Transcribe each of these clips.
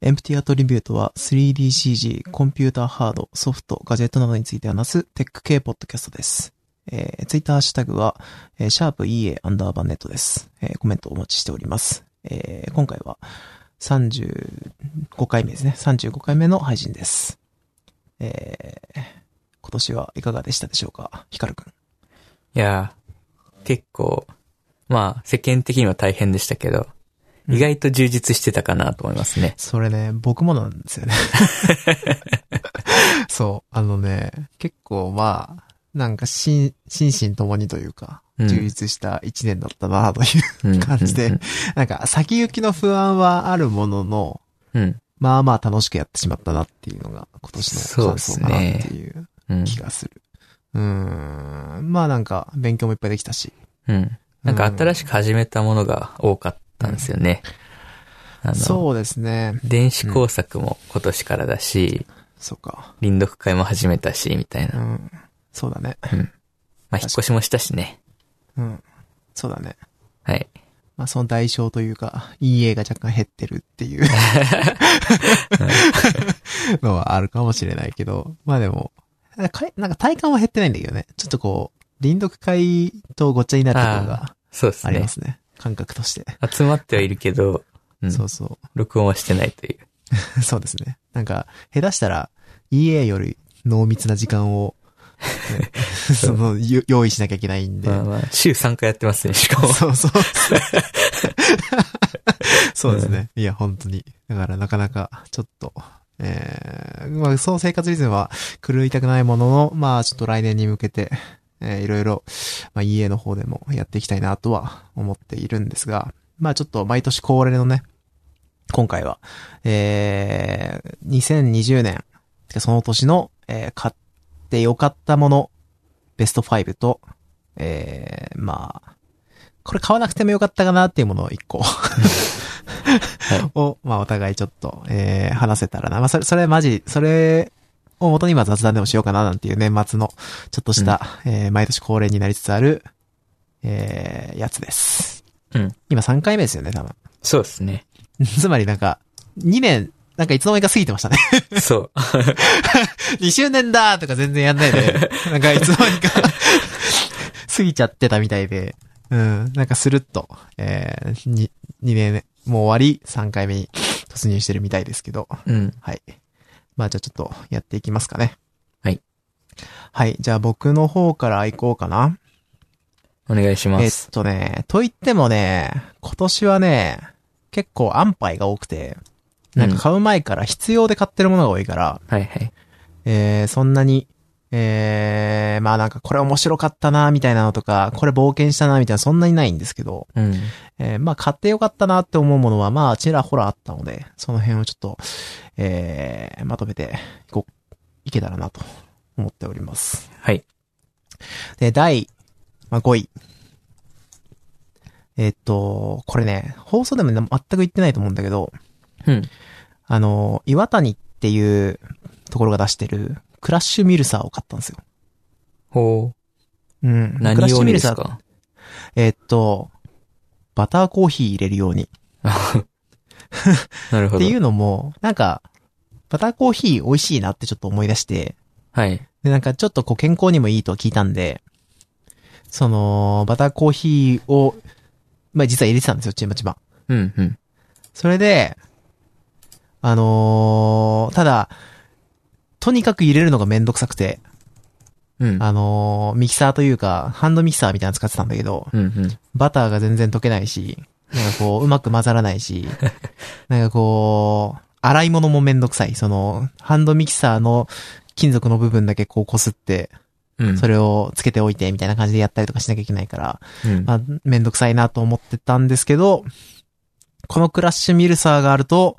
エンプティアトリビュートは 3DCG、コンピューターハード、ソフト、ガジェットなどについて話すテック系ポッドキャストです。えー、ツイッターハッシュタグは、えー、シャープ e a アンダーバーネットです。えー、コメントをお待ちしております。えー、今回は35回目ですね。35回目の配信です。えー、今年はいかがでしたでしょうかヒカルくん。いやー、結構、まあ、世間的には大変でしたけど、意外と充実してたかなと思いますね。それね、僕もなんですよ ね。そう。あのね、結構まあ、なんか心、心身ともにというか、うん充実した一年だったなという、うん感じで。なんか先行きの不安はあるものの、うん。まあまあ楽しくやってしまったなっていうのが今年の感想かなっていううん。気がする。うーん。まあなんか勉強もいっぱいできたし。うん。なんか新く、しく始めたものが多かったんですよね。あの、そうですね。電子工作も今年からだし、そうか。臨読会も始めたし、みたいうな。ん。そうだね。まあ、引っ越しもしたしね。うん。そうだね。はい。まあ、その代償というか、EA が若干減ってるっていうのはあるかもしれないけど、まあでも、なんかなんか体感は減ってないんだけどね。ちょっとこう、臨読会とごっちゃになったことがそうですありねま。すね。感覚として。集まってはいるけど、うんそうそ録音はしてないという。う。 そうですね。なんか、下手したら EA より濃密な時間を、 ね その、ゆ用意しなきゃいけないんで。まあまあ、週3回やってますね、しかも。そうそう。 そうですね。いや、本当に。だから、なかなか、ちょっと、えー、まあ、その生活リズムは狂いたくないものの、まあ、ちょっと来年に向けて、えー、いろいろ、まあ、家の方でもやっていきたいなとは思っているんですが、まあ、ちょっと毎年恒例のね、今回は、えー、2020年、てかその年の、えー買ってよかったもの、ベスト5と、えー、まあ、これ買わなくてもよかったかなっていうものを一個、を、まあお互いちょっと、えー、話せたらな。まあそれ、それマジ、それを元にまあ雑談でもしようかななんていう年末の、ちょっとした、えー、毎年恒例になりつつある、えー、やつです。うん。今3回目ですよね、多分。 そうですね。つまりなんか、2年、なんかいつの間にか過ぎてましたね。 そう。 2周年だとか全然やんない で、なんかいつの間にか、 過ぎちゃってたみたいで、うん、なんかスルッと、えー、に、2年目、もう終わり、3回目に突入してるみたいですけど、うん。はい。まあじゃあちょっとやっていきますかね。はい。はい、じゃあ僕の方から行こうかな。お願いしまえっす。とね、と言ってもね、今年はね、結構安牌が多くて、なんか買う前から必要で買ってるものが多いから、はいはい。えー、そんなに、えー、まあなんかこれ面白かったな、みたいなのとか、これ冒険したな、みたいなそんなにないんですけど、うん。えー、まあ買ってよかったなって思うものは、まあちらほらあったので、その辺をちょっと、えー、まとめていこう、いけたらなと思っております。はい。で、第、まあ、5位。えーっと、これね、放送でもね全く言ってないと思うんだけど、うん。あの、岩谷っていうところが出してる、クラッシュミルサーを買ったんですよ。ほうん。う。クラッ何シュをミでルサすーかえーっと、バターコーヒー入れるように。 なるほっど。ていうのも、なんか、バターコーヒー美味しいなってちょっと思い出して、はい。で、なんかちょっとこう健康にもいいと聞いたんで、その、バターコーヒーを、まあ実は入れてたんですよ、ちまちま。うんうん。それで、あのーただ、とにかく入れるのがめんどくさくて、うん。あのーミキサーというか、ハンドミキサーみたいなの使ってたんだけど、うんうん。バターが全然溶けないし、なんかこう、うまく混ざらないし、 なんかこう、洗い物もめんどくさい。その、ハンドミキサーの金属の部分だけこうこすって、うん。それ。れをつけておいて、みたいな感じでやったりとかしなきゃいけないから、うん。まあ、めんどくさいなと思ってたんですけど、このクラッシュミルサーがあると、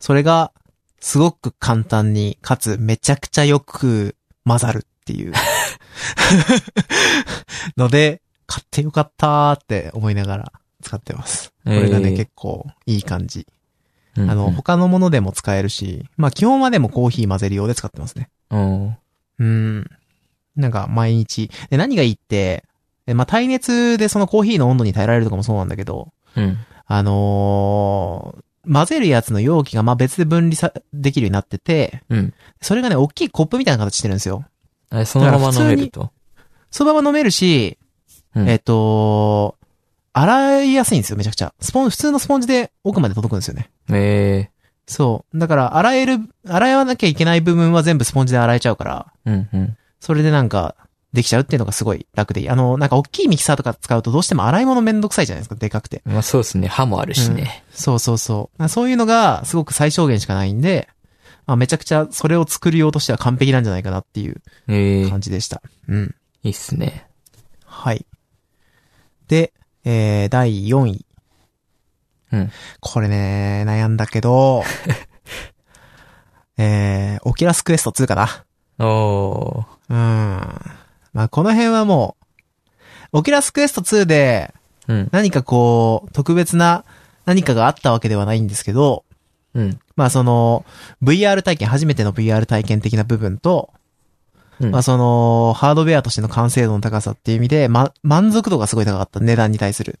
それが、すごく簡単に、かつめちゃくちゃよく混ざるっていう。 ので、買ってよかったーって思いながら使ってます。これがね、えー結構いい感じ。うんあの、うん他のものでも使えるし、まあ基本はでもコーヒー混ぜる用で使ってますね。おーうん。なんか、毎日。で、何がいいって、えまあ、耐熱でそのコーヒーの温度に耐えられるとかもそうなんだけど、うん。あのー混ぜるやつの容器がまあ別で分離さ、できるようになってて、うん。それがね、大きいコップみたいな形してるんですよ。あれ、そのまま飲めると。そのまま飲めるし、うんえっと、洗いやすいんですよ、めちゃくちゃ。スポン、普通のスポンジで奥まで届くんですよね。えそう。だから、洗える、洗わなきゃいけない部分は全部スポンジで洗えちゃうから、えうんうん。それでなんか、できちゃうっていうのがすごい楽でいい。あの、なんか大きいミキサーとか使うとどうしても洗い物めんどくさいじゃないですか、でかくて。まあそうですね。歯もあるしね。そうそうそう。そういうのがすごく最小限しかないんで、まあ、めちゃくちゃそれを作る用としては完璧なんじゃないかなっていうええ感じでした。うん。いいっすね。はい。で、えー、第4位。うん。これね、悩んだけ ど、えー、オキュラスクエスト2かな。おー。うん。まあ、この辺はもう、オキュラスクエスト2でうん。何かこう、特別な何かがあったわけではないんですけど、うん。まあその、VR 体験、初めての VR 体験的な部分と、うんまあその、ハードウェアとしての完成度の高さっていう意味で、ま、満足度がすごい高かった。値段に対する。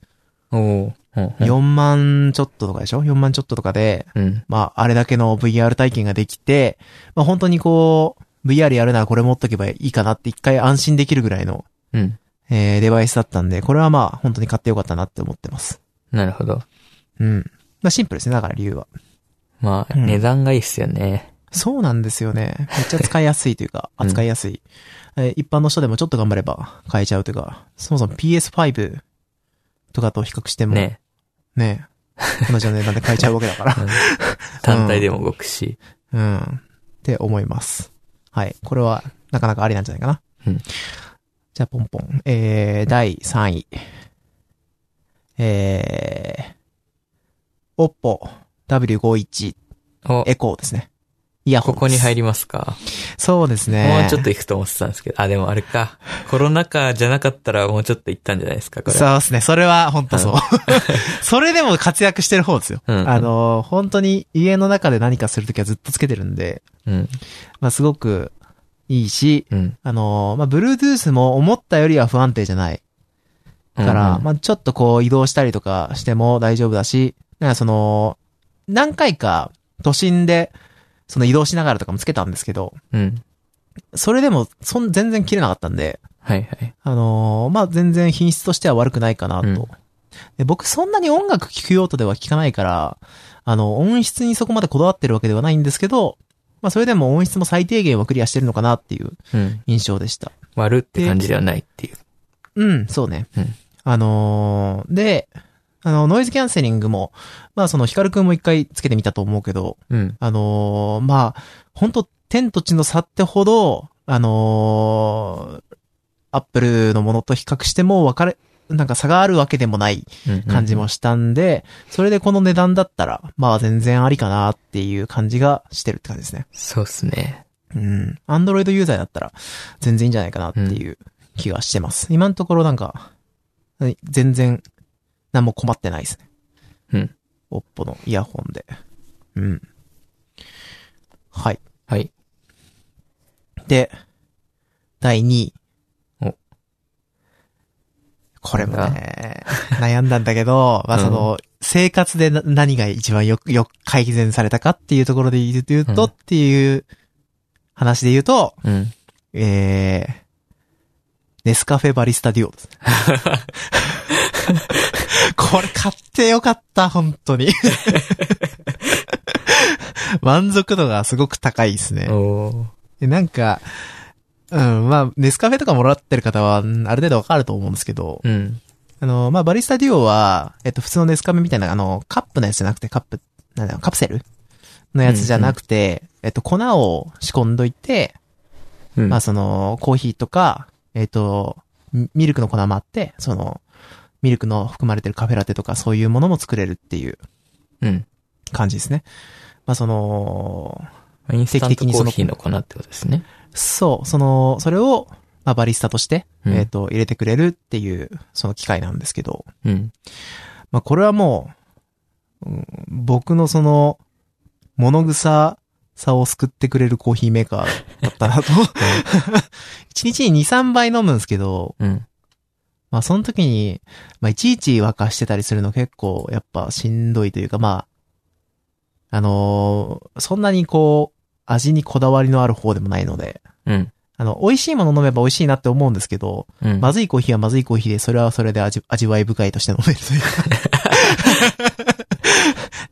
おー。うんうん4万ちょっととかでしょ ?4 万ちょっととかで、うん。まああれだけの VR 体験ができて、まあ本当にこう、VR やるならこれ持っとけばいいかなって一回安心できるぐらいの、うん。えー、デバイスだったんで、これはまあ本当に買ってよかったなって思ってます。なるほど。うん。まあシンプルですね、だから理由は。まあ、うん値段がいいっすよね。そうなんですよね。めっちゃ使いやす いというか、扱いやすい。えー一般の人でもちょっと頑張れば買えちゃうというか、そもそも PS5 とかと比較しても、ねね。同じような値段で買えちゃうわけだからうん単体でも動くし。、うん。って思います。はい。これは、なかなかありなんじゃないかな。うんじゃあ、ポンポン。えー、第3位。えー、Oppo W51 お、エコーですね。イヤホこンです。こに入りますか。そうですね。もうちょっと行くと思ってたんですけど。あ、でもあれか。コロナ禍じゃなかったらもうちょっと行ったんじゃないですか、これ。そうですね。それは本当そう。 それでも活躍してる方ですよ。うん。あ、の、本当に家の中で何かするときはずっとつけてるんで、うん。まあすごくいいし、うん。あの、まあ Bluetooth も思ったよりは不安定じゃないから、うんまあちょっとこう移動したりとかしても大丈夫だし、なんかその、何回か都心でその移動しながらとかもつけたんですけど、うん。それでもそん全然切れなかったんで、はいはい。あのーまあ、全然品質としては悪くないかなと。うんで僕そんなに音楽聴く用途では聴かないから、あの、音質にそこまでこだわってるわけではないんですけど、まあ、それでも音質も最低限はクリアしてるのかなっていううん。印象でした。割るって感じではないっていう。うん、そうね。うんあのーで、あの、ノイズキャンセリングも、まあ、その、ヒカルくんも一回つけてみたと思うけど、うん。あのーまあ、本当天と地の差ってほど、あのーアップルのものと比較しても分かれ、なんか差があるわけでもないうん感じもしたんで、それでこの値段だったら、まあ全然ありかなっていう感じがしてるって感じですね。そうっすね。うん。アンドロイドユーザーだったら、全然いいんじゃないかなっていう気がしてます。今のところなんか、何全然、何も困ってないですね。うん。おっぽのイヤホンで。うん。はい。はい。で、第2位。おこれもね、悩んだんだけど、まあその、生活でな何が一番よく、よく改善されたかっていうところで言う言うと、うんっていう話で言うと、うん。えー、ネスカフェバリスタデュオです。これ買ってよかった、本当に。満足度がすごく高いですね。おーでなんか、うん、まあ、ネスカフェとかもらってる方は、うんある程度わかると思うんですけど、うん。あの、まあ、バリスタデュオは、えっと、普通のネスカフェみたいな、あの、カップのやつじゃなくて、カップ、なんだろう、カプセルのやつじゃなくて、えっと、粉を仕込んどいて、うん。まあ、その、コーヒーとか、えっと、ミミルクの粉もあって、その、ミルクの含まれてるカフェラテとか、そういうものも作れるっていううん。感じですね。まあ、その、インスタントコーヒーの粉ってことですね。そう、その、それを、まあ、バリスタとして、うんえっ、と、入れてくれるっていう、その機械なんですけど、うん。まあ、これはもう、うん僕のその、物臭さを救ってくれるコーヒーメーカーだったなと。 一日に2、3杯飲むんですけど、うん。まあ、その時に、まあ、いちいち沸かしてたりするの結構、やっぱしんどいというか、まあ、あのーそんなにこう、味にこだわりのある方でもないので、うん。あの、美味しいもの飲めば美味しいなって思うんですけど、うん。まずいコーヒーはまずいコーヒーで、それはそれで味、味わい深いとして飲めるというか。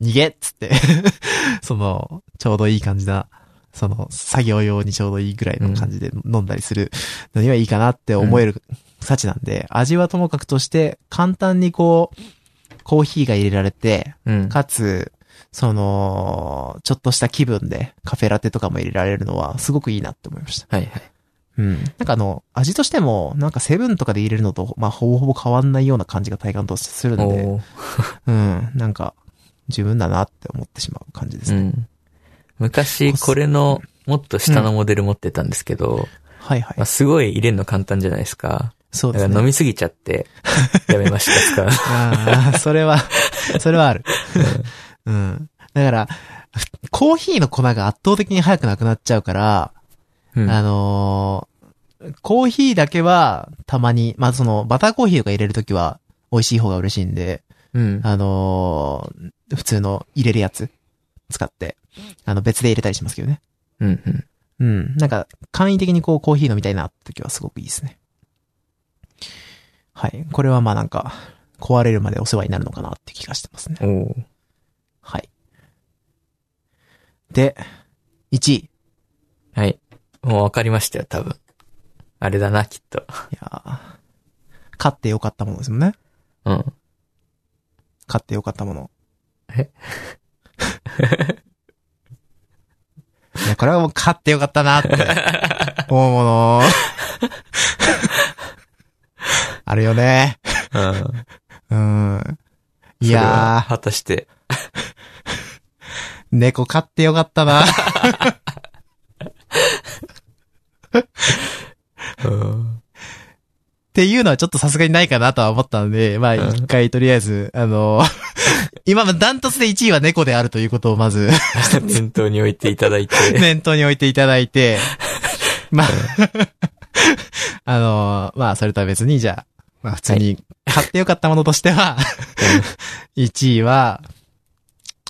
逃げっつって。その、ちょうどいい感じな、その、作業用にちょうどいいぐらいの感じで飲んだりするのにはいいかなって思える幸なんで、味はともかくとして、簡単にこう、コーヒーが入れられて、うん。かつ、その、ちょっとした気分でカフェラテとかも入れられるのはすごくいいなって思いました。はいはい。うん。なんかあの、味としても、なんかセブンとかで入れるのと、まあ、ほぼほぼ変わんないような感じが体感としてするので、おーうん。なんか、自分だなって思ってしまう感じですうね。ん。昔、これの、もっと下のモデル持ってたんですけど、はいはいまあ、。すごい入れるの簡単じゃないですか。そうだですかね。ら飲みすぎち ゃって、やめましたとか。ああ、それは、 それはある。うん。だから、コーヒーの粉が圧倒的に早くなくなっちゃうから、うん。あのーコーヒーだけは、たまに、まあ、その、バターコーヒーとか入れるときは、美味しい方が嬉しいんで、うん。あのー普通の入れるやつ使って、あの別で入れたりしますけどね。うん。うん。うん。なんか簡易的にこうコーヒー飲みたいなって時はすごくいいですね。はい。これはまあなんか壊れるまでお世話になるのかなって気がしてますね。おおーはい。で、1位。いはい。もうわかりましたよ、多分。あれだな、きっと。やー買ってよかったものですもんね。うん。買ってよかったもの。え いや、これはもう買ってよかったなって思うもの。あるよね。うん。うん。いそれはやー、果たして。猫飼ってよかった な。うん。っていうのはちょっとさすがにないかなとは思ったので、まあうん一回とりあえず、あの、 今もダントツで1位は猫であるということをまず念頭に置いていた だいて。念頭に置いていただいて、まあ、あの、まあそれとは別にじゃあ、まあ普通に買ってよかったものとしては、1位は、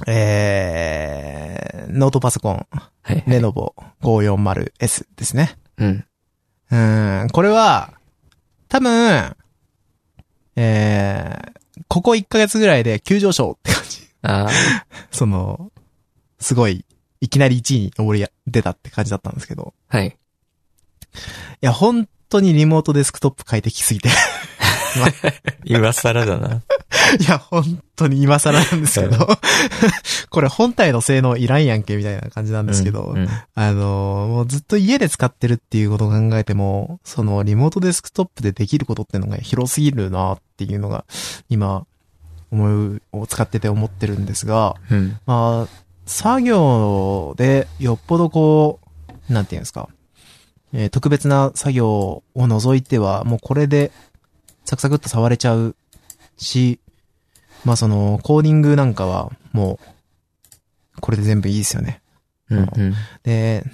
えー、ノートパソコン、はい。レノボ 540S ですね。うん。うーん、これは、多分、えー、ここ1ヶ月ぐらいで急上昇って感じ。ああ、その、すごい、いきなり1位に上り出たって感じだったんですけど。はい。いや、本当にリモートデスクトップ快適すぎて。 今更だな。いや、本当に今更なんですけうんど。 これ本体の性能いらんやんけ、みたいな感じなんですけど。うんうんあのーもうずっと家で使ってるっていうことを考えても、そのリモートデスクトップでできることってのが広すぎるなっていうのが、今、思う、を使ってて思ってるんですが、うん。まあ、作業でよっぽどこう、なんていうんですか、えー特別な作業を除いては、もうこれでサクサクっと触れちゃうし、まあその、コーディングなんかはもう、これで全部いいですよね。うん。うん。で、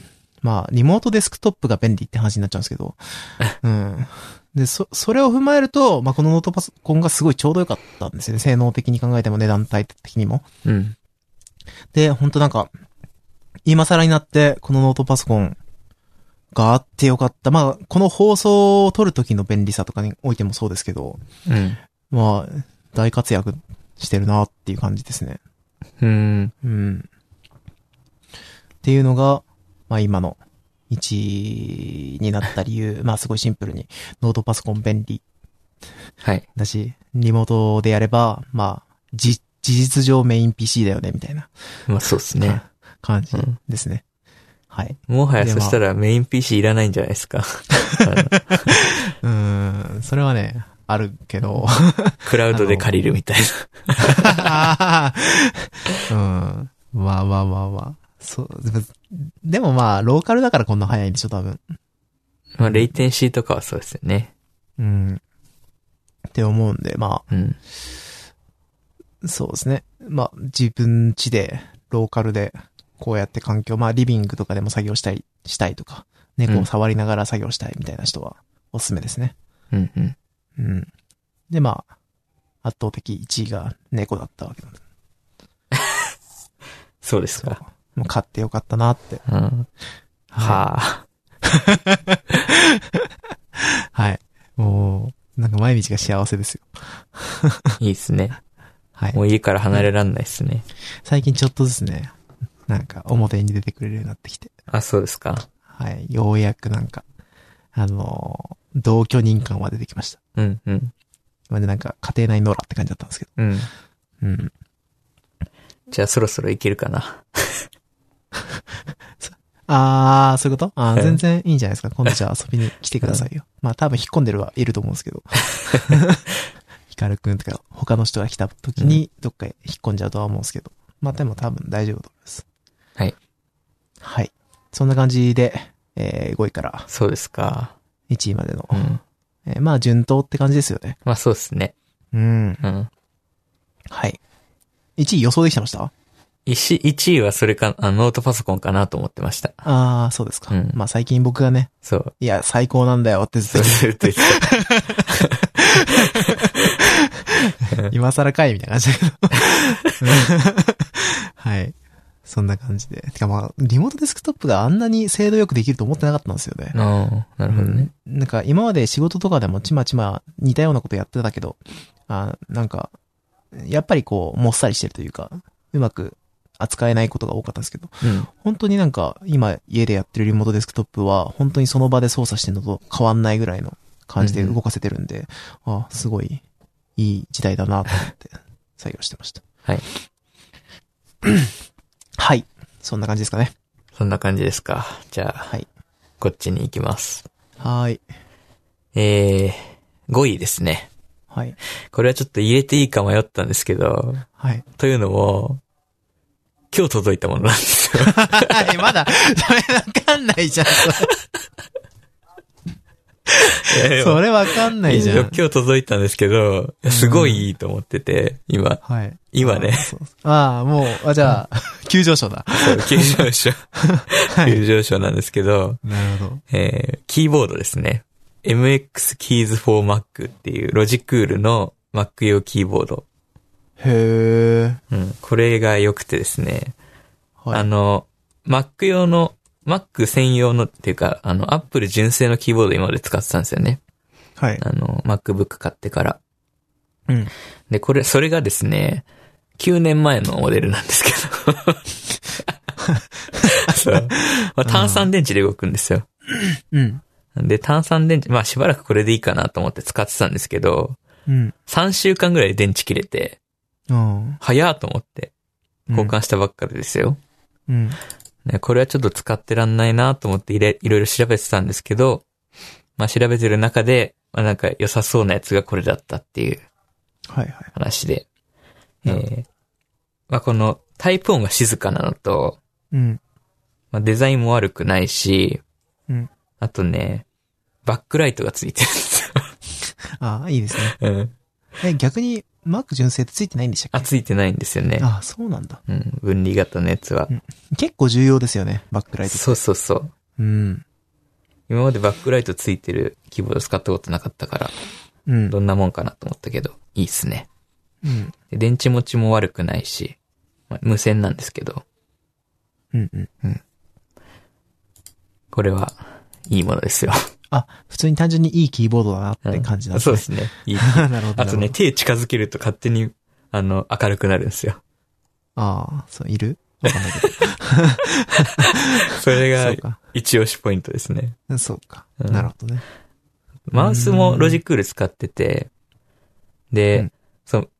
まあ、リモートデスクトップが便利って話になっちゃうんですけど、うん。で、そ、それを踏まえると、まあ、このノートパソコンがすごいちょうどよかったんですよね。性能的に考えても値段帯的にも。うん。で、ほんとなんか、今更になって、このノートパソコンがあってよかった。まあ、この放送を撮る時の便利さとかにおいてもそうですけど、うん。まあ、大活躍してるなっていう感じですね。うん。うん。っていうのが、まあ今の1になった理由、まあすごいシンプルに、ノートパソコン便利はい。だし、リモートでやれば、まあ、じ、事実上メイン PC だよね、みたいなまあそうですね。感じうんですね。はい。もはやでそまあしたらメイン PC いらないんじゃない ですか。うーん、それはね、あるけど、 クラウドで借りるみたいうん、まあまあまあまあ。そう、でもでもまあ、ローカルだからこんな早いんでしょ、多分。な。まあレイテンシーとかはそうですよね。うん。って思うんで、まあ、うん。そうですね。まあ、自分家で、ローカルで、こうやって環境、まあ、リビングとかでも作業したい、したいとか、猫を触りながら作業したいみたいな人は、おすすめですね。うんうん。うん。で、まあ、圧倒的1位が猫だったわけなんでそうですか。もう買ってよかったなって。うん。ははあ。い。はい。もう、なんか毎日が幸せですよ。いいですね。はいも。う家から離れらんないですね。最近ちょっとずつね、なんか表に出てくれるようになってきて。あ、そうですか。はい。ようやくなんか、あのー同居人感は出てきました。うん、うん、今ね、なんか家庭内ノラって感じだったんですけど。うん。うん。じゃあそろそろいけるかな。あー、そういうことあうーん全然いいんじゃないですか。今度じゃあ遊びに来てくださいよ。まあ多分引っ込んでるはいると思うんですけど。ヒカルくんとか他の人が来た時にどっかへ引っ込んじゃうとは思うんですけど。まあでも多分大丈夫だと思います。はい。はい。そんな感じで、えー、5位からそうですか。 1位までの、うん。えーまあ順当って感じですよね。まあそうですね。うん。うん。はい。1位予想できてました一一位はそれか、あノートパソコンかなと思ってました。あー、そうですか。うんまあ最近僕がね、そう。いや、最高なんだよってずっとそうす ると言ってた 今更かいみたいな感じだけど。はい。そんな感じで。てかまあ、リモートデスクトップがあんなに精度よくできると思ってなかったんですよね。ああ、なるほどね。うんなんか今まで仕事とかでもちまちま似たようなことやってたけど、あなんか、やっぱりこう、もっさりしてるというか、うまく扱えないことが多かったんですけど、うん。本当になんか今家でやってるリモートデスクトップは本当にその場で操作してるのと変わんないぐらいの感じで動かせてるんで、あすごいいい時代だなと思って作業してました。はい。 はい。そんな感じですかね。そんな感じですか。じゃあ、はいこっちに行きます。はーい。えー、5位ですね。はい。これはちょっと入れていいか迷ったんですけど、 はい。というのも、今日届いたものなんですよ。えまだ、それわかんないじゃん。それそれわかんないじゃん。 今日届いたんですけど、すごいいいと思ってて、今、はい。今ねあ。そうそうああ、もう、あ、じゃあ、 急上昇だ。そう急上昇、 はい。急上昇なんですけど、なるほど。えー、キーボードですね。MX Keys for Mac っていうロジクールの Mac 用キーボード。へえ。うん、これが良くてですね。はいあの、Mac 用の、Mac 専用のっていうか、あの、Apple 純正のキーボード今まで使ってたんですよね。はい。あの、MacBook 買ってから。うん。で、これ、それがですね、9年前のモデルなんですけ ど。そう。まあ、炭酸電池で動くんですよ。うん。で、炭酸電池、まあしばらくこれでいいかなと思って使ってたんですけど、うん。 3週間ぐらいで電池切れて、うん。早ーと思って交換したばっかりですよ。うん。ね、これはちょっと使ってらんないなと思っていれいろいろ調べてたんですけど、まあ調べてる中で、まあなんか良さそうなやつがこれだったっていうはいはい。話で、えなるほー、まあこのタイプ音が静かなのと、うん。まあデザインも悪くないし、うんあとね、バックライトがついてるんですああ、いいですね。よ。うんえ、逆に、マーク純正ってついてないんでした あ、っけついてないんですよね。ああ、そうなんだ。うん、分離型のやつはう。ん結構重要ですよね、バックライト。そうそうそうう。ん。今までバックライトついてるキーボード使ったことなかったから、うん。どんなもんかなと思ったけど、いいっすね。うん。で電池持ちも悪くないし、まあ無線なんですけど、うん。うん。これは、いいものですよ。あ、普通に単純にいいキーボードだなって感じなんうんです そうねで。すね。いい。そう なるほど。あなとね、るほど。手近づけると勝手に、あの、明るくなるんで すよ。ああ、そう、いるわかんない けど。それそがう、か。一押しポイントですね。そうか。うんなるほどね。マウスもロジクール使ってて、で、うんそう、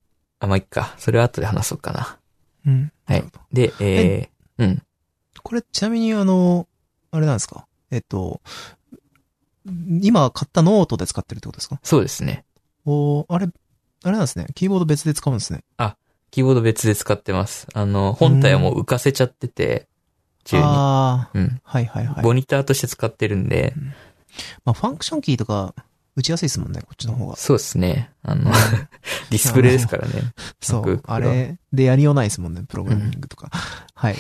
あ、まあ、いっか。それは後で話そうかな。うん。はいなるほど。で、えー、うん。これ、ちなみにあの、あれなんですかえっと、今買ったノートで使ってるってことですかそうですね。おーあれ、あれなんですね。キーボード別で使うんですね。キーボード別で使ってます。あの、本体はもう浮かせちゃってて、中に。ああ、うん。はいはいはい。モニターとして使ってるんで、まあ、ファンクションキーとか、打ちやすいですもんね、こっちの方が。そうですね。あの、ディスプレイですからね。そ僕う。あれでやりようないですもんね、プログラミングとか。はい。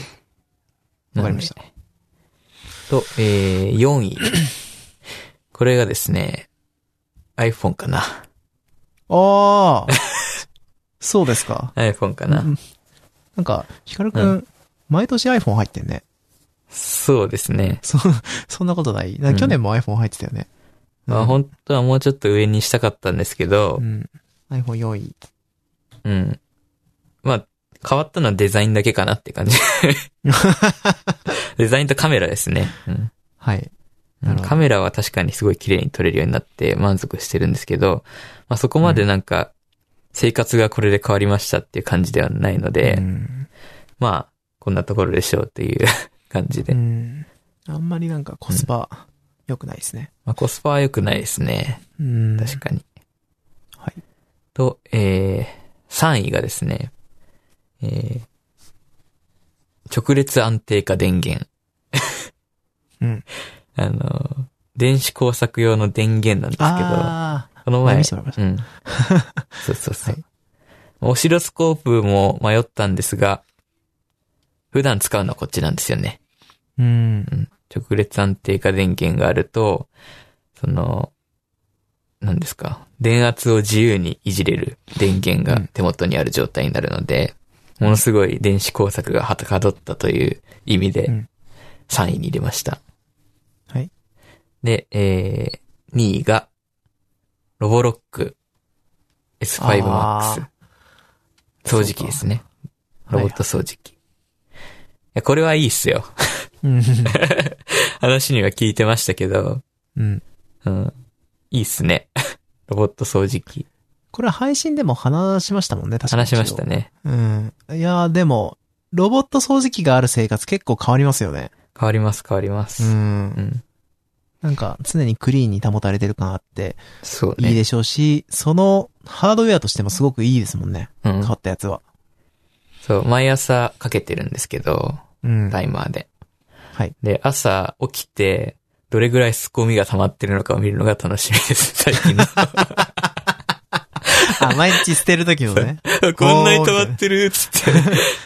わかりましたなので。と、えー、4位。これがですね、iPhone かな。 ああそうですか。 iPhone かうな。んなんか、ヒカルく、うん毎年 iPhone 入ってんね。 そうですね。そ、そんなことない。なんか去年も iPhone 入ってたよね。まうあん本当はもうちょっと上にしたかったんですけどう、ん。iPhone4 位。うん。まあ、変わったのはデザインだけかなっ て感じ。デザインとカメラですね。うんはい。うんなるほどカメラは確かにすごい綺麗に撮れるようになって満足してるんですけど、まあそこまでなんか、生活がこれで変わりましたっていう感じではないので、うんまあ、こんなところでしょうっていう 感じで。うん。あんまりなんかコスパ、良くないですね。まあコスパは良くないですね。うん。確かに。はい。と、えー、3位がですね、えー、直列安定化電源。うん。 あの、電子工作用の電源なんですけど、ああ、この前前見せ、てもらいまし うん。そうそうそう。はいオシロスコープも迷ったんですが、普段使うのはこっちなんですよね。た。うん。直列安定化電源があると、その、何ですか、電圧を自由にいじれる電源うがん手元にある状態になるので、ものすごい電子工作がはたかどったという意味うでん、 3位に入れました。はい。で、えー、2位が、ロボロック S5 あ Max ー。掃除機ですね。ロボット掃除機。いや、これはいいっすよ。うん。話には聞いてましたけど、 うん。うん。いいっすね。 ロボット掃除機。これは配信でも話しましたもんね、確かに。話しましたね。うん。いやーでも、ロボット掃除機がある生活結構変わりますよね。変わります、変わりまうす。うん。ん。なんか、常にクリーンに保たれてる感あって、そうね。いいでしょうし、その、ハードウェアとしてもすごくいいですもんね。う変んわ。ったやつは。そう、毎朝かけてるんですけど、うん。タイマーで。はい。で、朝起きて、どれぐらいスコミが溜まってるのかを見るのが楽しみ です、最近の。 あ、毎日捨てる時の ね。こんなに溜まってるっつっ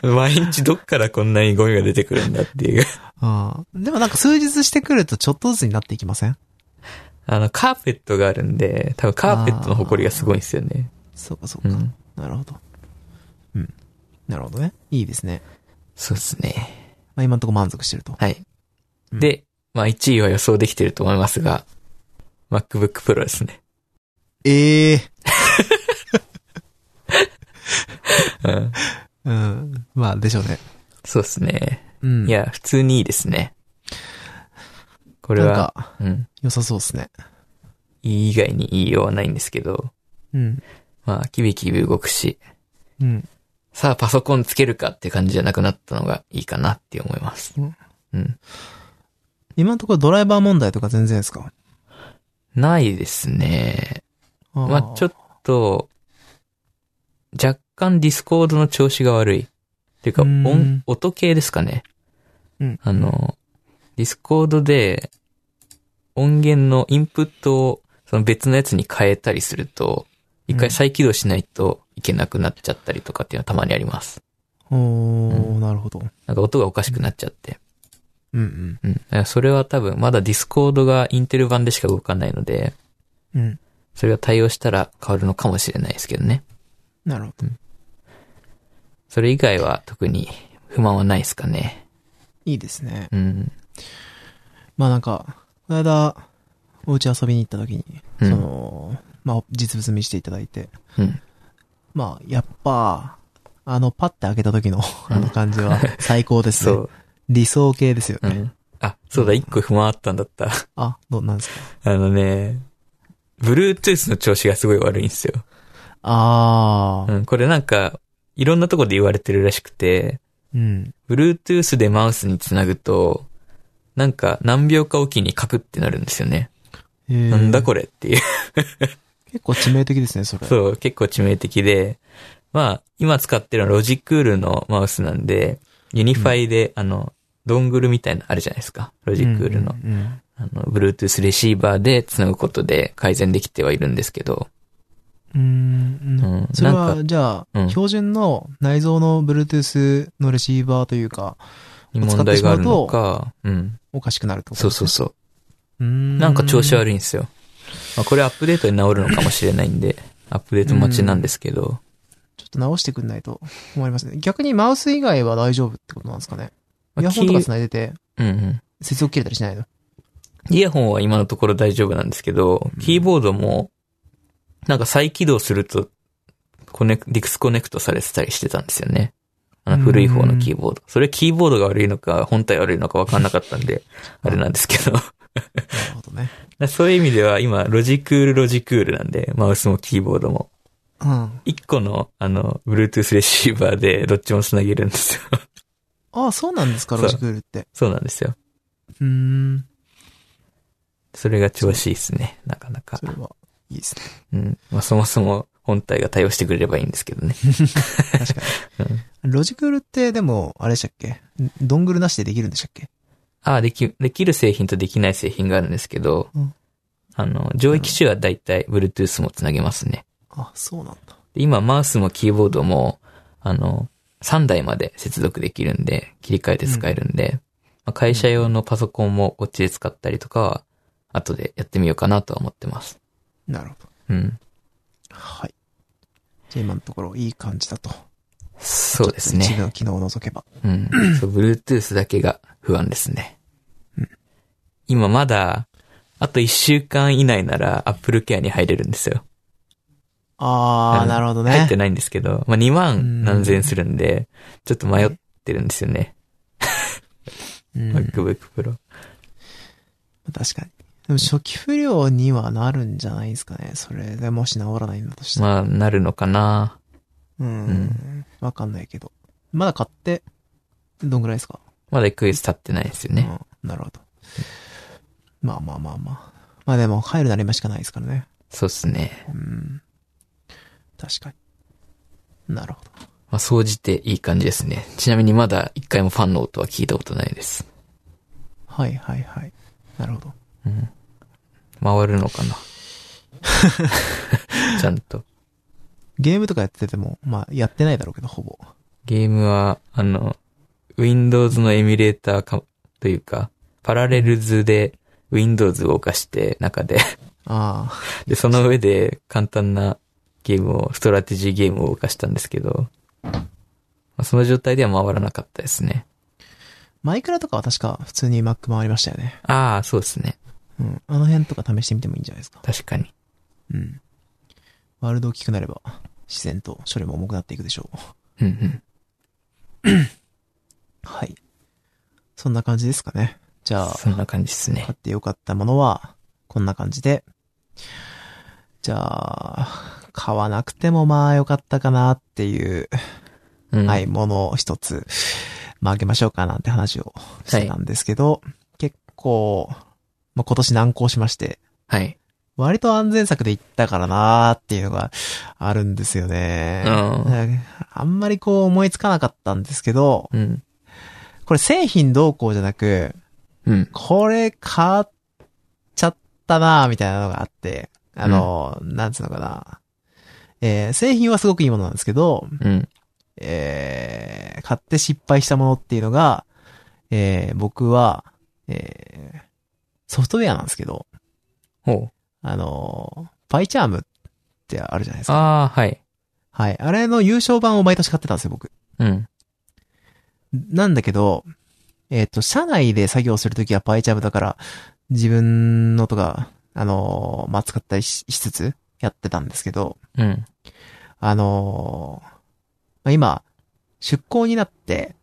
て。 毎日どっからこんなにゴミが出てくるんだっていう。うん。でもなんか数日してくるとちょっとずつになっていきませんあの、カーペットがあるんで、多分カーペットの埃がすごいんですよね。そうかそううか。ん。なるほど。うん。なるほどね。いいですね。そうですね。まあ今んとこ満足してると。はい。うんで、まあ1位は予想できてると思いますが、MacBook Pro ですね。ええうん。うん。まあでしょうね。そうですね。うん。い、や、普通にいいですね。これなんは、か、うん。良さそうですね。いい以外に言いようはないんですけど、うん。まあ、キビキビ動くし、うん。さあパソコンつけるかって感じじゃなくなったのがいいかなって思います。うんうん。今のところドライバー問題とか全然ですかないですね。あまあ、ちょっと、若干ディスコードの調子が悪い。っていうか、うん音、音系ですかね。うんあの、ディスコードで音源のインプットをその別のやつに変えたりすると、一うん回再起動しないといけなくなっちゃったりとかっていうのはたまにあります。と。おー、うなるほど。なんか音がおかしくなっちゃって。うんうん。だからそれは多分まだディスコードがインテル版でしか動かないので、うん。うん。それが対応したら変わるのかもしれないですけどね。なるほど。それ以外は特に不満はないですかね。いいですね。うん。まあなんか、この間、お家遊びに行った時に、うんその、まあ実物見していただいて、うん。まあやっぱ、あのパッて開けた時のあの感じは 最高ですそね。う。理想系ですようね。ん。あ、そうだ、一個不満あったんだった。 あ、どうなんですかあのね、Bluetooth の調子がすごい悪いんですよ。あうー。ん、これなんか、いろんなとこで言われてるらしくて、うん。 Bluetooth でマウスにつなぐと、なんか何秒かおきにカクってなるんですよね。えーなんだこれっていう。結構致命的ですね、それ。そう、結構致命的で。まあ、今使ってるのはロジクールのマウスなんで、ユニファイで、あの、ドングルみたいなのあるじゃないですか。ロロジクールの。うん。あの、Bluetooth レシーバーで繋ぐことで改善できてはいるんですけど、うんうん。ううんん、それなんかは、じゃうあ、ん標準の内蔵の Bluetooth のレシーバーというか、に問題があるのか、うん。おかしくなるってことそうそうそ。そうう。んなんか調子い。悪いんですよ。まあ、これアップデートで治るのかもしれないんで、アップデート待ちなんですけど、ちょっと直してくんないと困りますね。逆にマウス以外は大丈夫ってことなんですかね。イまヤあホンとか繋いでて、うんうん。接続切れたりしないのイヤホンは今のところ大丈夫なんですけど、キーボードも、なんか再起動すると、コネク、ディクスコネクトされてたりしてたんですよね。あの古い方のキーボード。それキーボードが悪いのか、本体悪いのか分かんなかったんで、あれなんですけど。なるほどね。だから そういう意味では今、ロジクールロジクールなんで、マウスもキーボードも。うん。一個の、あの、Bluetooth レシーバーでどっちも繋げるんですよ。 ああ、そうなんですか、そうロジクールって。そうなんですよ。うーん。それが調子いいですね。なかなかそ。れは、いいですね。うん。まあそもそも本体が対応してくれればいいんですけどね。確かに。ロジクールって、でも、あれでしたっけドングルなしでできるんでしたっけああ、でき、できる製品とできない製品があるんですけど、うんあの、上位機種はだいたい Bluetooth も繋げますね。あ、そうなんだ。で今、マウスもキーボードも、あの、3台まで接続できるんで、切り替えて使えるんで、まあ、会社用のパソコンもこっちで使ったりとかは、後でやってみようかなとは思ってます。なるほど。うん。はい。じゃあ今のところいい感じだと。そうです一部ね。の機能を除けば。うん。 そう、Bluetooth だけが不安ですねうん。今まだ、あと1週間以内なら Apple Care に入れるんですよ。あうー、んなるほど入っねて。ないんですけど、まあ、2うん万何千円するんで、ちょっと迷ってるんですよね。うん、 MacBook Pro。確かに。でも初期不良にはなるんじゃないですかね。それでもし治らないんだとしたら。まあ、なるのかなう。うんわかんないけど。まだ買って、どんぐらいですかまだ1ヶ月経ってないですよね。うん。なるほど。まあまあまあまあ。まあでも、入るなりましかないですからね。そうですね。うん。確かに。なるほど。まあ、総じていい感じですね。ちなみにまだ1回もファンの音は聞いたことないです。はいはいはい。なるほど。うん。回るのか なちゃんと。ゲームとかやってても、まあやってないだろうけど、ほぼ。ゲームは、あの、Windows のエミュレーターか、というか、パラレルズで Windows を動かして中で、ああ。で、その上で簡単なゲームを、ストラテジーゲームを動かしたんですけど、まあ、その状態では回らなかったですね。マイクラとかは確か普通に Mac 回りましたよね。ああ、そうですね。うん。あの辺とか試してみてもいいんじゃないですか。確かに。うん。ワールド大きくなれば、自然と処理も重くなっていくでしょう。うんうん。はい。そんな感じですかね。じゃあ、そんな感じですね買。ってよかったものは、こんな感じで。じゃあ、買わなくてもまあよかったかなっていう、うん、はい、。ものを一つ、まああげましょうかなんて話をしてたんですけど、結構、まあ今年難航しまして、はい。割と安全策で行ったからなーっていうのがあるんですよね。うんあんまりこう思いつかなかったんですけど、うん。これ製品どうこうじゃなく、うん。これ買っちゃったなーみたいなのがあって、あの、なんつうのかな。えー製品はすごくいいものなんですけど、うん。えー買って失敗したものっていうのが、えー僕は、えーソフトウェアなんですけど、ほあの、パイチャームってあるじゃないですう。か。ああ、はい。はい。あれの優勝版を毎年買ってたんですよ、僕。うん。なんだけど、えっ、と、社内で作業するときはパイチャームだから、自分のとか、あのーまあ、使ったりししつつやってたんですけど、うん。あのーまあ、今、出向になって、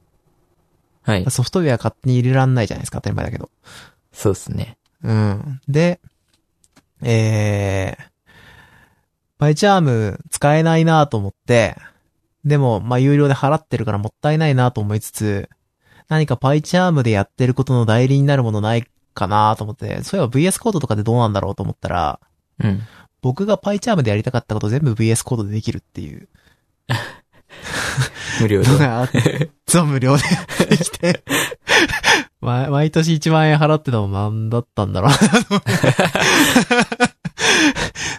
はい。ソフトウェア勝手に入れらんないじゃないですか、当たり前だけど。そうですね。うん。で、えー、パイチャーム使えないなと思って、でも、まあ、有料で払ってるからもったいないなと思いつつ、何かパイチャームでやってることの代理になるものないかなと思って、そういえば VS コードとかでどうなんだろうと思ったら、うん。僕がパイチャームでやりたかったこと全部 VS コードでできるっていう無料での。があって、 そう無料ででき て、ま毎年1万円払ってたのなんだったん だろうなと思って。っ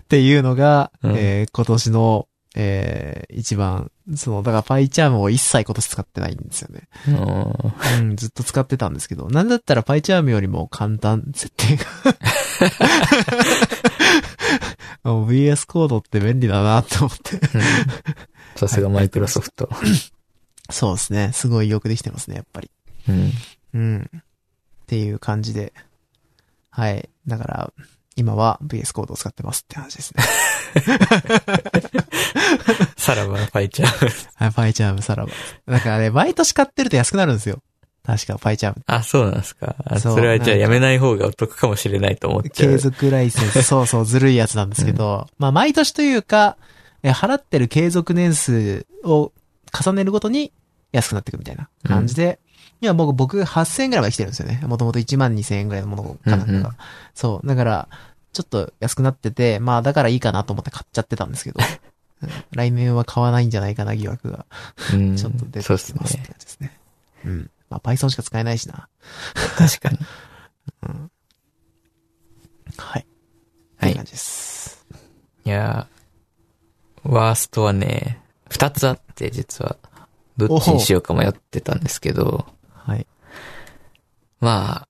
ていうのが、うんえー今年の、えー一番、その、だからパイチャームを一切今年使ってないんですよね。うんうん、ずっと使ってたんですけど、なんだったらパイチャームよりも簡単、設定が。 もう VS コードって便利だなと思って。さすがマイクロソフト。そうですね。すごいよくできてますね、やっぱり。うん。うん。っていう感じで。はい。だから、今は VS コードを使ってますって話ですね。さらばのパイチャーム。はい、パイチャームさらば。だからね、毎年買ってると安くなるんですよ。確か、パイチャーム。あ、そうなんですか。あそうそれはじゃなあんやかめない方がお得かもしれないと思っちゃ継う。続ライセンス。そうそう、ずるいやつなんですけど。まあ、毎年というか、え払ってる継続年数を重ねるごとに安くなっていくみたいな感じで。今僕、僕8000円ぐらいまで来てるんですよね。もともと1万2000円ぐらいのものかなんかが。うんうんそう。だから、ちょっと安くなってて、まあだからいいかなと思って買っちゃってたんです けど。うん来年は買わないんじゃないかな疑惑が。うんちょっと出てきてそうまですってすね。感じですね。うん。まあ Python しか使えないしな。確かに。はい。はいって感じです。いやー、ワーストはね、二つあって実は、どっちにしようか迷ってたんですけど、はい。まあ、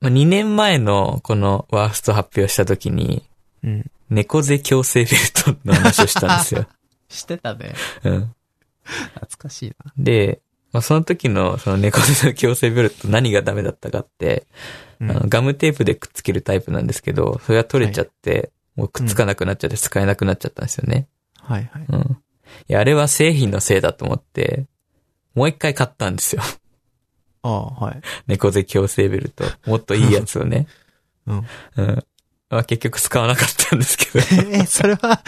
まあ、2年前のこのワースト発表した時に、うん。猫背強制フィルトの話をしたんです よ。してたね。うん。懐かしいで、まあ、その時の、その猫背の矯正ベルト何がダメだったかって、な。あの、ガムテープでくっつけるタイプなんですけど、それが取れちゃって、もうくっつかなくなっちゃって使えなくなっちゃったんですよね。はいはい。うん。いや、あれは製品のせいだと思って、もう一回買ったんですよ。 ああ、はい。猫背矯正ベルト。もっといいやつをね。 うん。うん。まあ、結局使わなかったんですけど。 え、それは、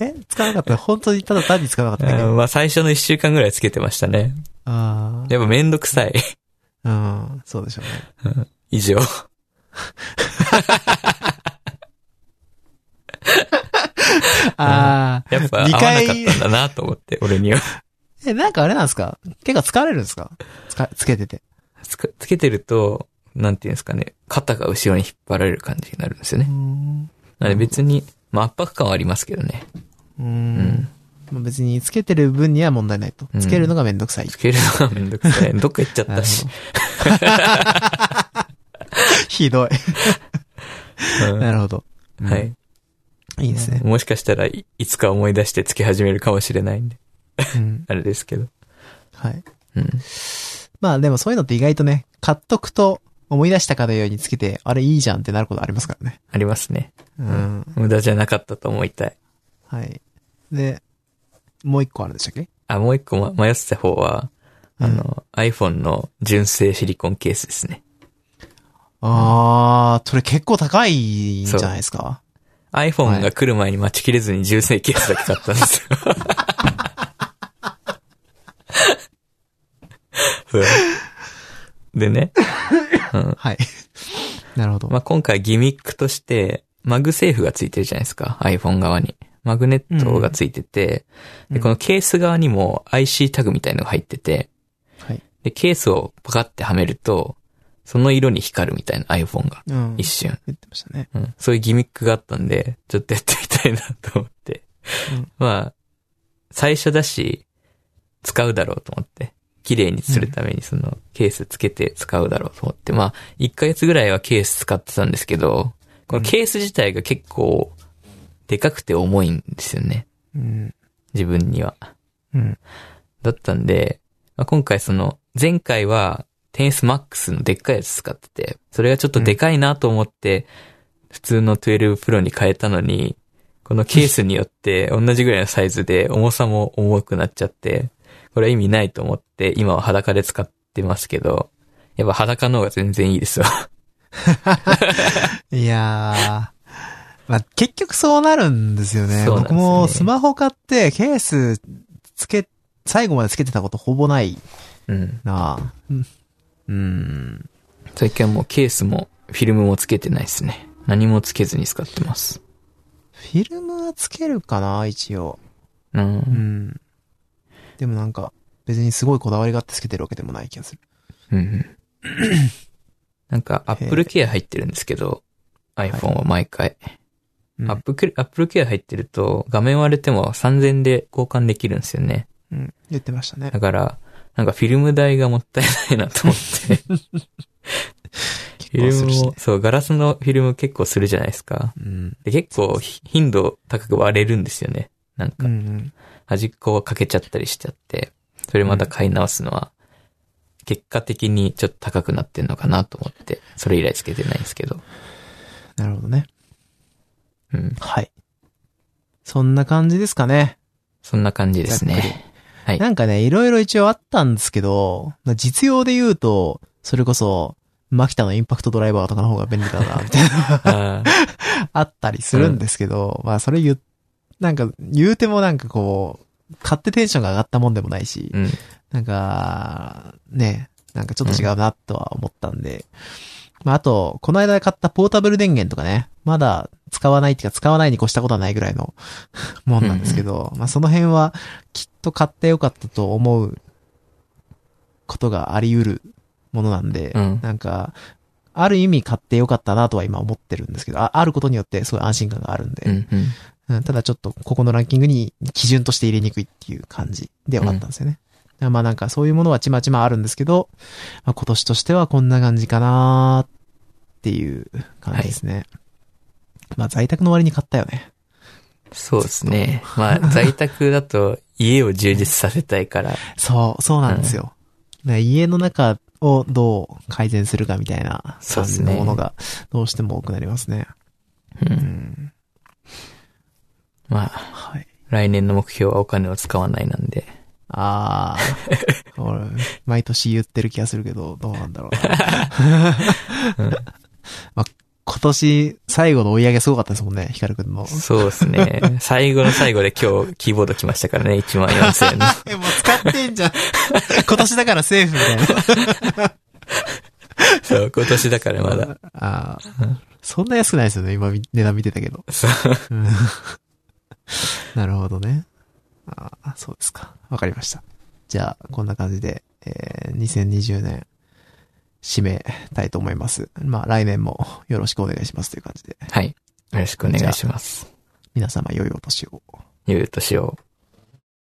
え、使わなかった本当にただ単に使わなかっただけうあんまあ、最初の一週間ぐらいつけてましたね。あやっぱめんどくさい。 ー。うん、そうでしょうね。以上。ああ。やっぱ合わ二なかっ回たんだなと思って、俺には。え、なんかあれなんですか結構疲れるんですかつか、つけてて。つかつけてると、なんていうんですかね、肩が後ろに引っ張られる感じになるんですようーね。ん。なので別に、まあ圧迫感はありますけどね。うーうんん。。まあ別につけてる分には問題ないとう。んつけるのがめんどくさい。つけるのがめんどくさい。どっか行っちゃっなるほたしど。 ひどい。 なるほど。うんはい。いいですね。もしかしたらいいつか思い出してつけ始めるかもしれないんで、うん。あれですけど。はい。うん。まあでもそういうのって意外とね、買っとくと思い出したかのようにつけて、あれいいじゃんってなることありますからね。ありますね。うん。無駄じゃなかったと思いたい。はい。で、もう一個あるんでしたっけあ、もう一個ま迷ってた方は、あの、iPhone の純正シリコンケースですね。あー、それ結構高いんじゃないですか iPhone が来る前に待ちきれずに純正ケースだけ買ったんですよ。 そうでね、うんはい。 なるほど。まあ、今回ギミックとして、マグセーフがついてるじゃないですか、iPhone 側に。マグネットがついてて、うんで、このケース側にも IC タグみたいのが入ってて、はい。で、ケースをパカってはめると、その色に光るみたいな iPhone が、うん。一瞬。言ってましたね。うん、そういうギミックがあったんで、ちょっとやってみたいなと思って。うんまあ、最初だし、使うだろうと思って。綺麗にするためにそのケースつけて使うだろうと思って。まあ、1ヶ月ぐらいはケース使ってたんですけど、このケース自体が結構、でかくて重いんですよね。うん。自分には。うん。だったんで、まあ、今回その、前回は、テンスマックスのでっかいやつ使ってて、それがちょっとでかいなと思って、普通の12プロに変えたのに、このケースによって同じぐらいのサイズで重さも重くなっちゃって、これは意味ないと思って、今は裸で使ってますけど、やっぱ裸の方が全然いいですわ。いやー。まあ、結局そうなるんですよね。そうなんです僕よねもスマホ買ってケースつけ、最後までつけてたことほぼないうん。なうん。うん。最近はもうケースもフィルムもつけてないですね。何もつけずに使ってます。フィルムはつけるかな、一応。う。うんん。でもなんか、別にすごいこだわりがあってつけてるわけでもない気がする。うんうん。なんか、アップルケア入ってるんですけど、iPhone は毎回。うんアップル、アップルケア入ってると、画面割れても3000で交換できるんですよね。うん。言ってましたね。だから、なんかフィルム代がもったいないな と思って。結構すフィルるムしもね、。そう、ガラスのフィルム結構するじゃないですか。うん。で結構ひ頻度高く割れるんですよね。なんうんうか。ん。端っこは欠けちゃったりしちゃって、それまた買い直すのは、結果的にちょっと高くなってんのかなと思って、それ以来つけてないんですけど。なるほどね。うん。はい。そんな感じですかね。そんな感じですざっくりね。はいなんかね、いろいろ一応あったんですけど、実用で言うと、それこそ、マキタのインパクトドライバーとかの方が便利だな、みたいな、あーあったりするんですけど、まあそれ言う、なんか言うてもなんかこう、買ってテンションが上がったもんでもないし、うん。なんか、ね、なんかちょっと違うなとは思ったんで。まあ、あと、この間買ったポータブル電源とかね、まだ使わないっていうか使わないに越したことはないぐらいの もんなんですけど、まあその辺はきっと買ってよかったと思うことがあり得るものなんで、うんなんか、ある意味買ってよかったなとは今思ってるんですけど、ああることによってすごい安心感があるんで、うん。うん。うん、ただちょっと、ここのランキングに基準として入れにくいっていう感じではあったんですよね。まあなんかそういうものはちまちまあるんですけど、まあ、今年としてはこんな感じかなーっていう感じですね。まあ在宅の割に買ったよね。そうですね。まあ、在宅だと家を充実させたいから、そう、そうなんですよ。ね家の中をどう改善するかみたいなそ感うっすじねのものがどうしても多くなりますね。う、うんん。まあ、はい。来年の目標はお金を使わないなんで、あ ー。俺、毎年言ってる気がするけど、どうなんだろうな。 まあ、今年、最後の追い上げすごかったですもんね、ヒカルくんの。そうですね。 最後の最後で今日キーボード来ましたからね、1万4000円の。 え、もう使ってんじゃん。 今年だからセーフみたいな。そう、今年だからまだ。あーそんな安くないですよね、今み、値段見てたけど。そううんなるほどね。あーそうですか。わかりました。じゃあ、こんな感じで、えー2020年、締めたいと思います。まあ、来年もよろしくお願いしますという感じで、はい。よろしくお願いします。皆様良いお年を。ゆうとしよう。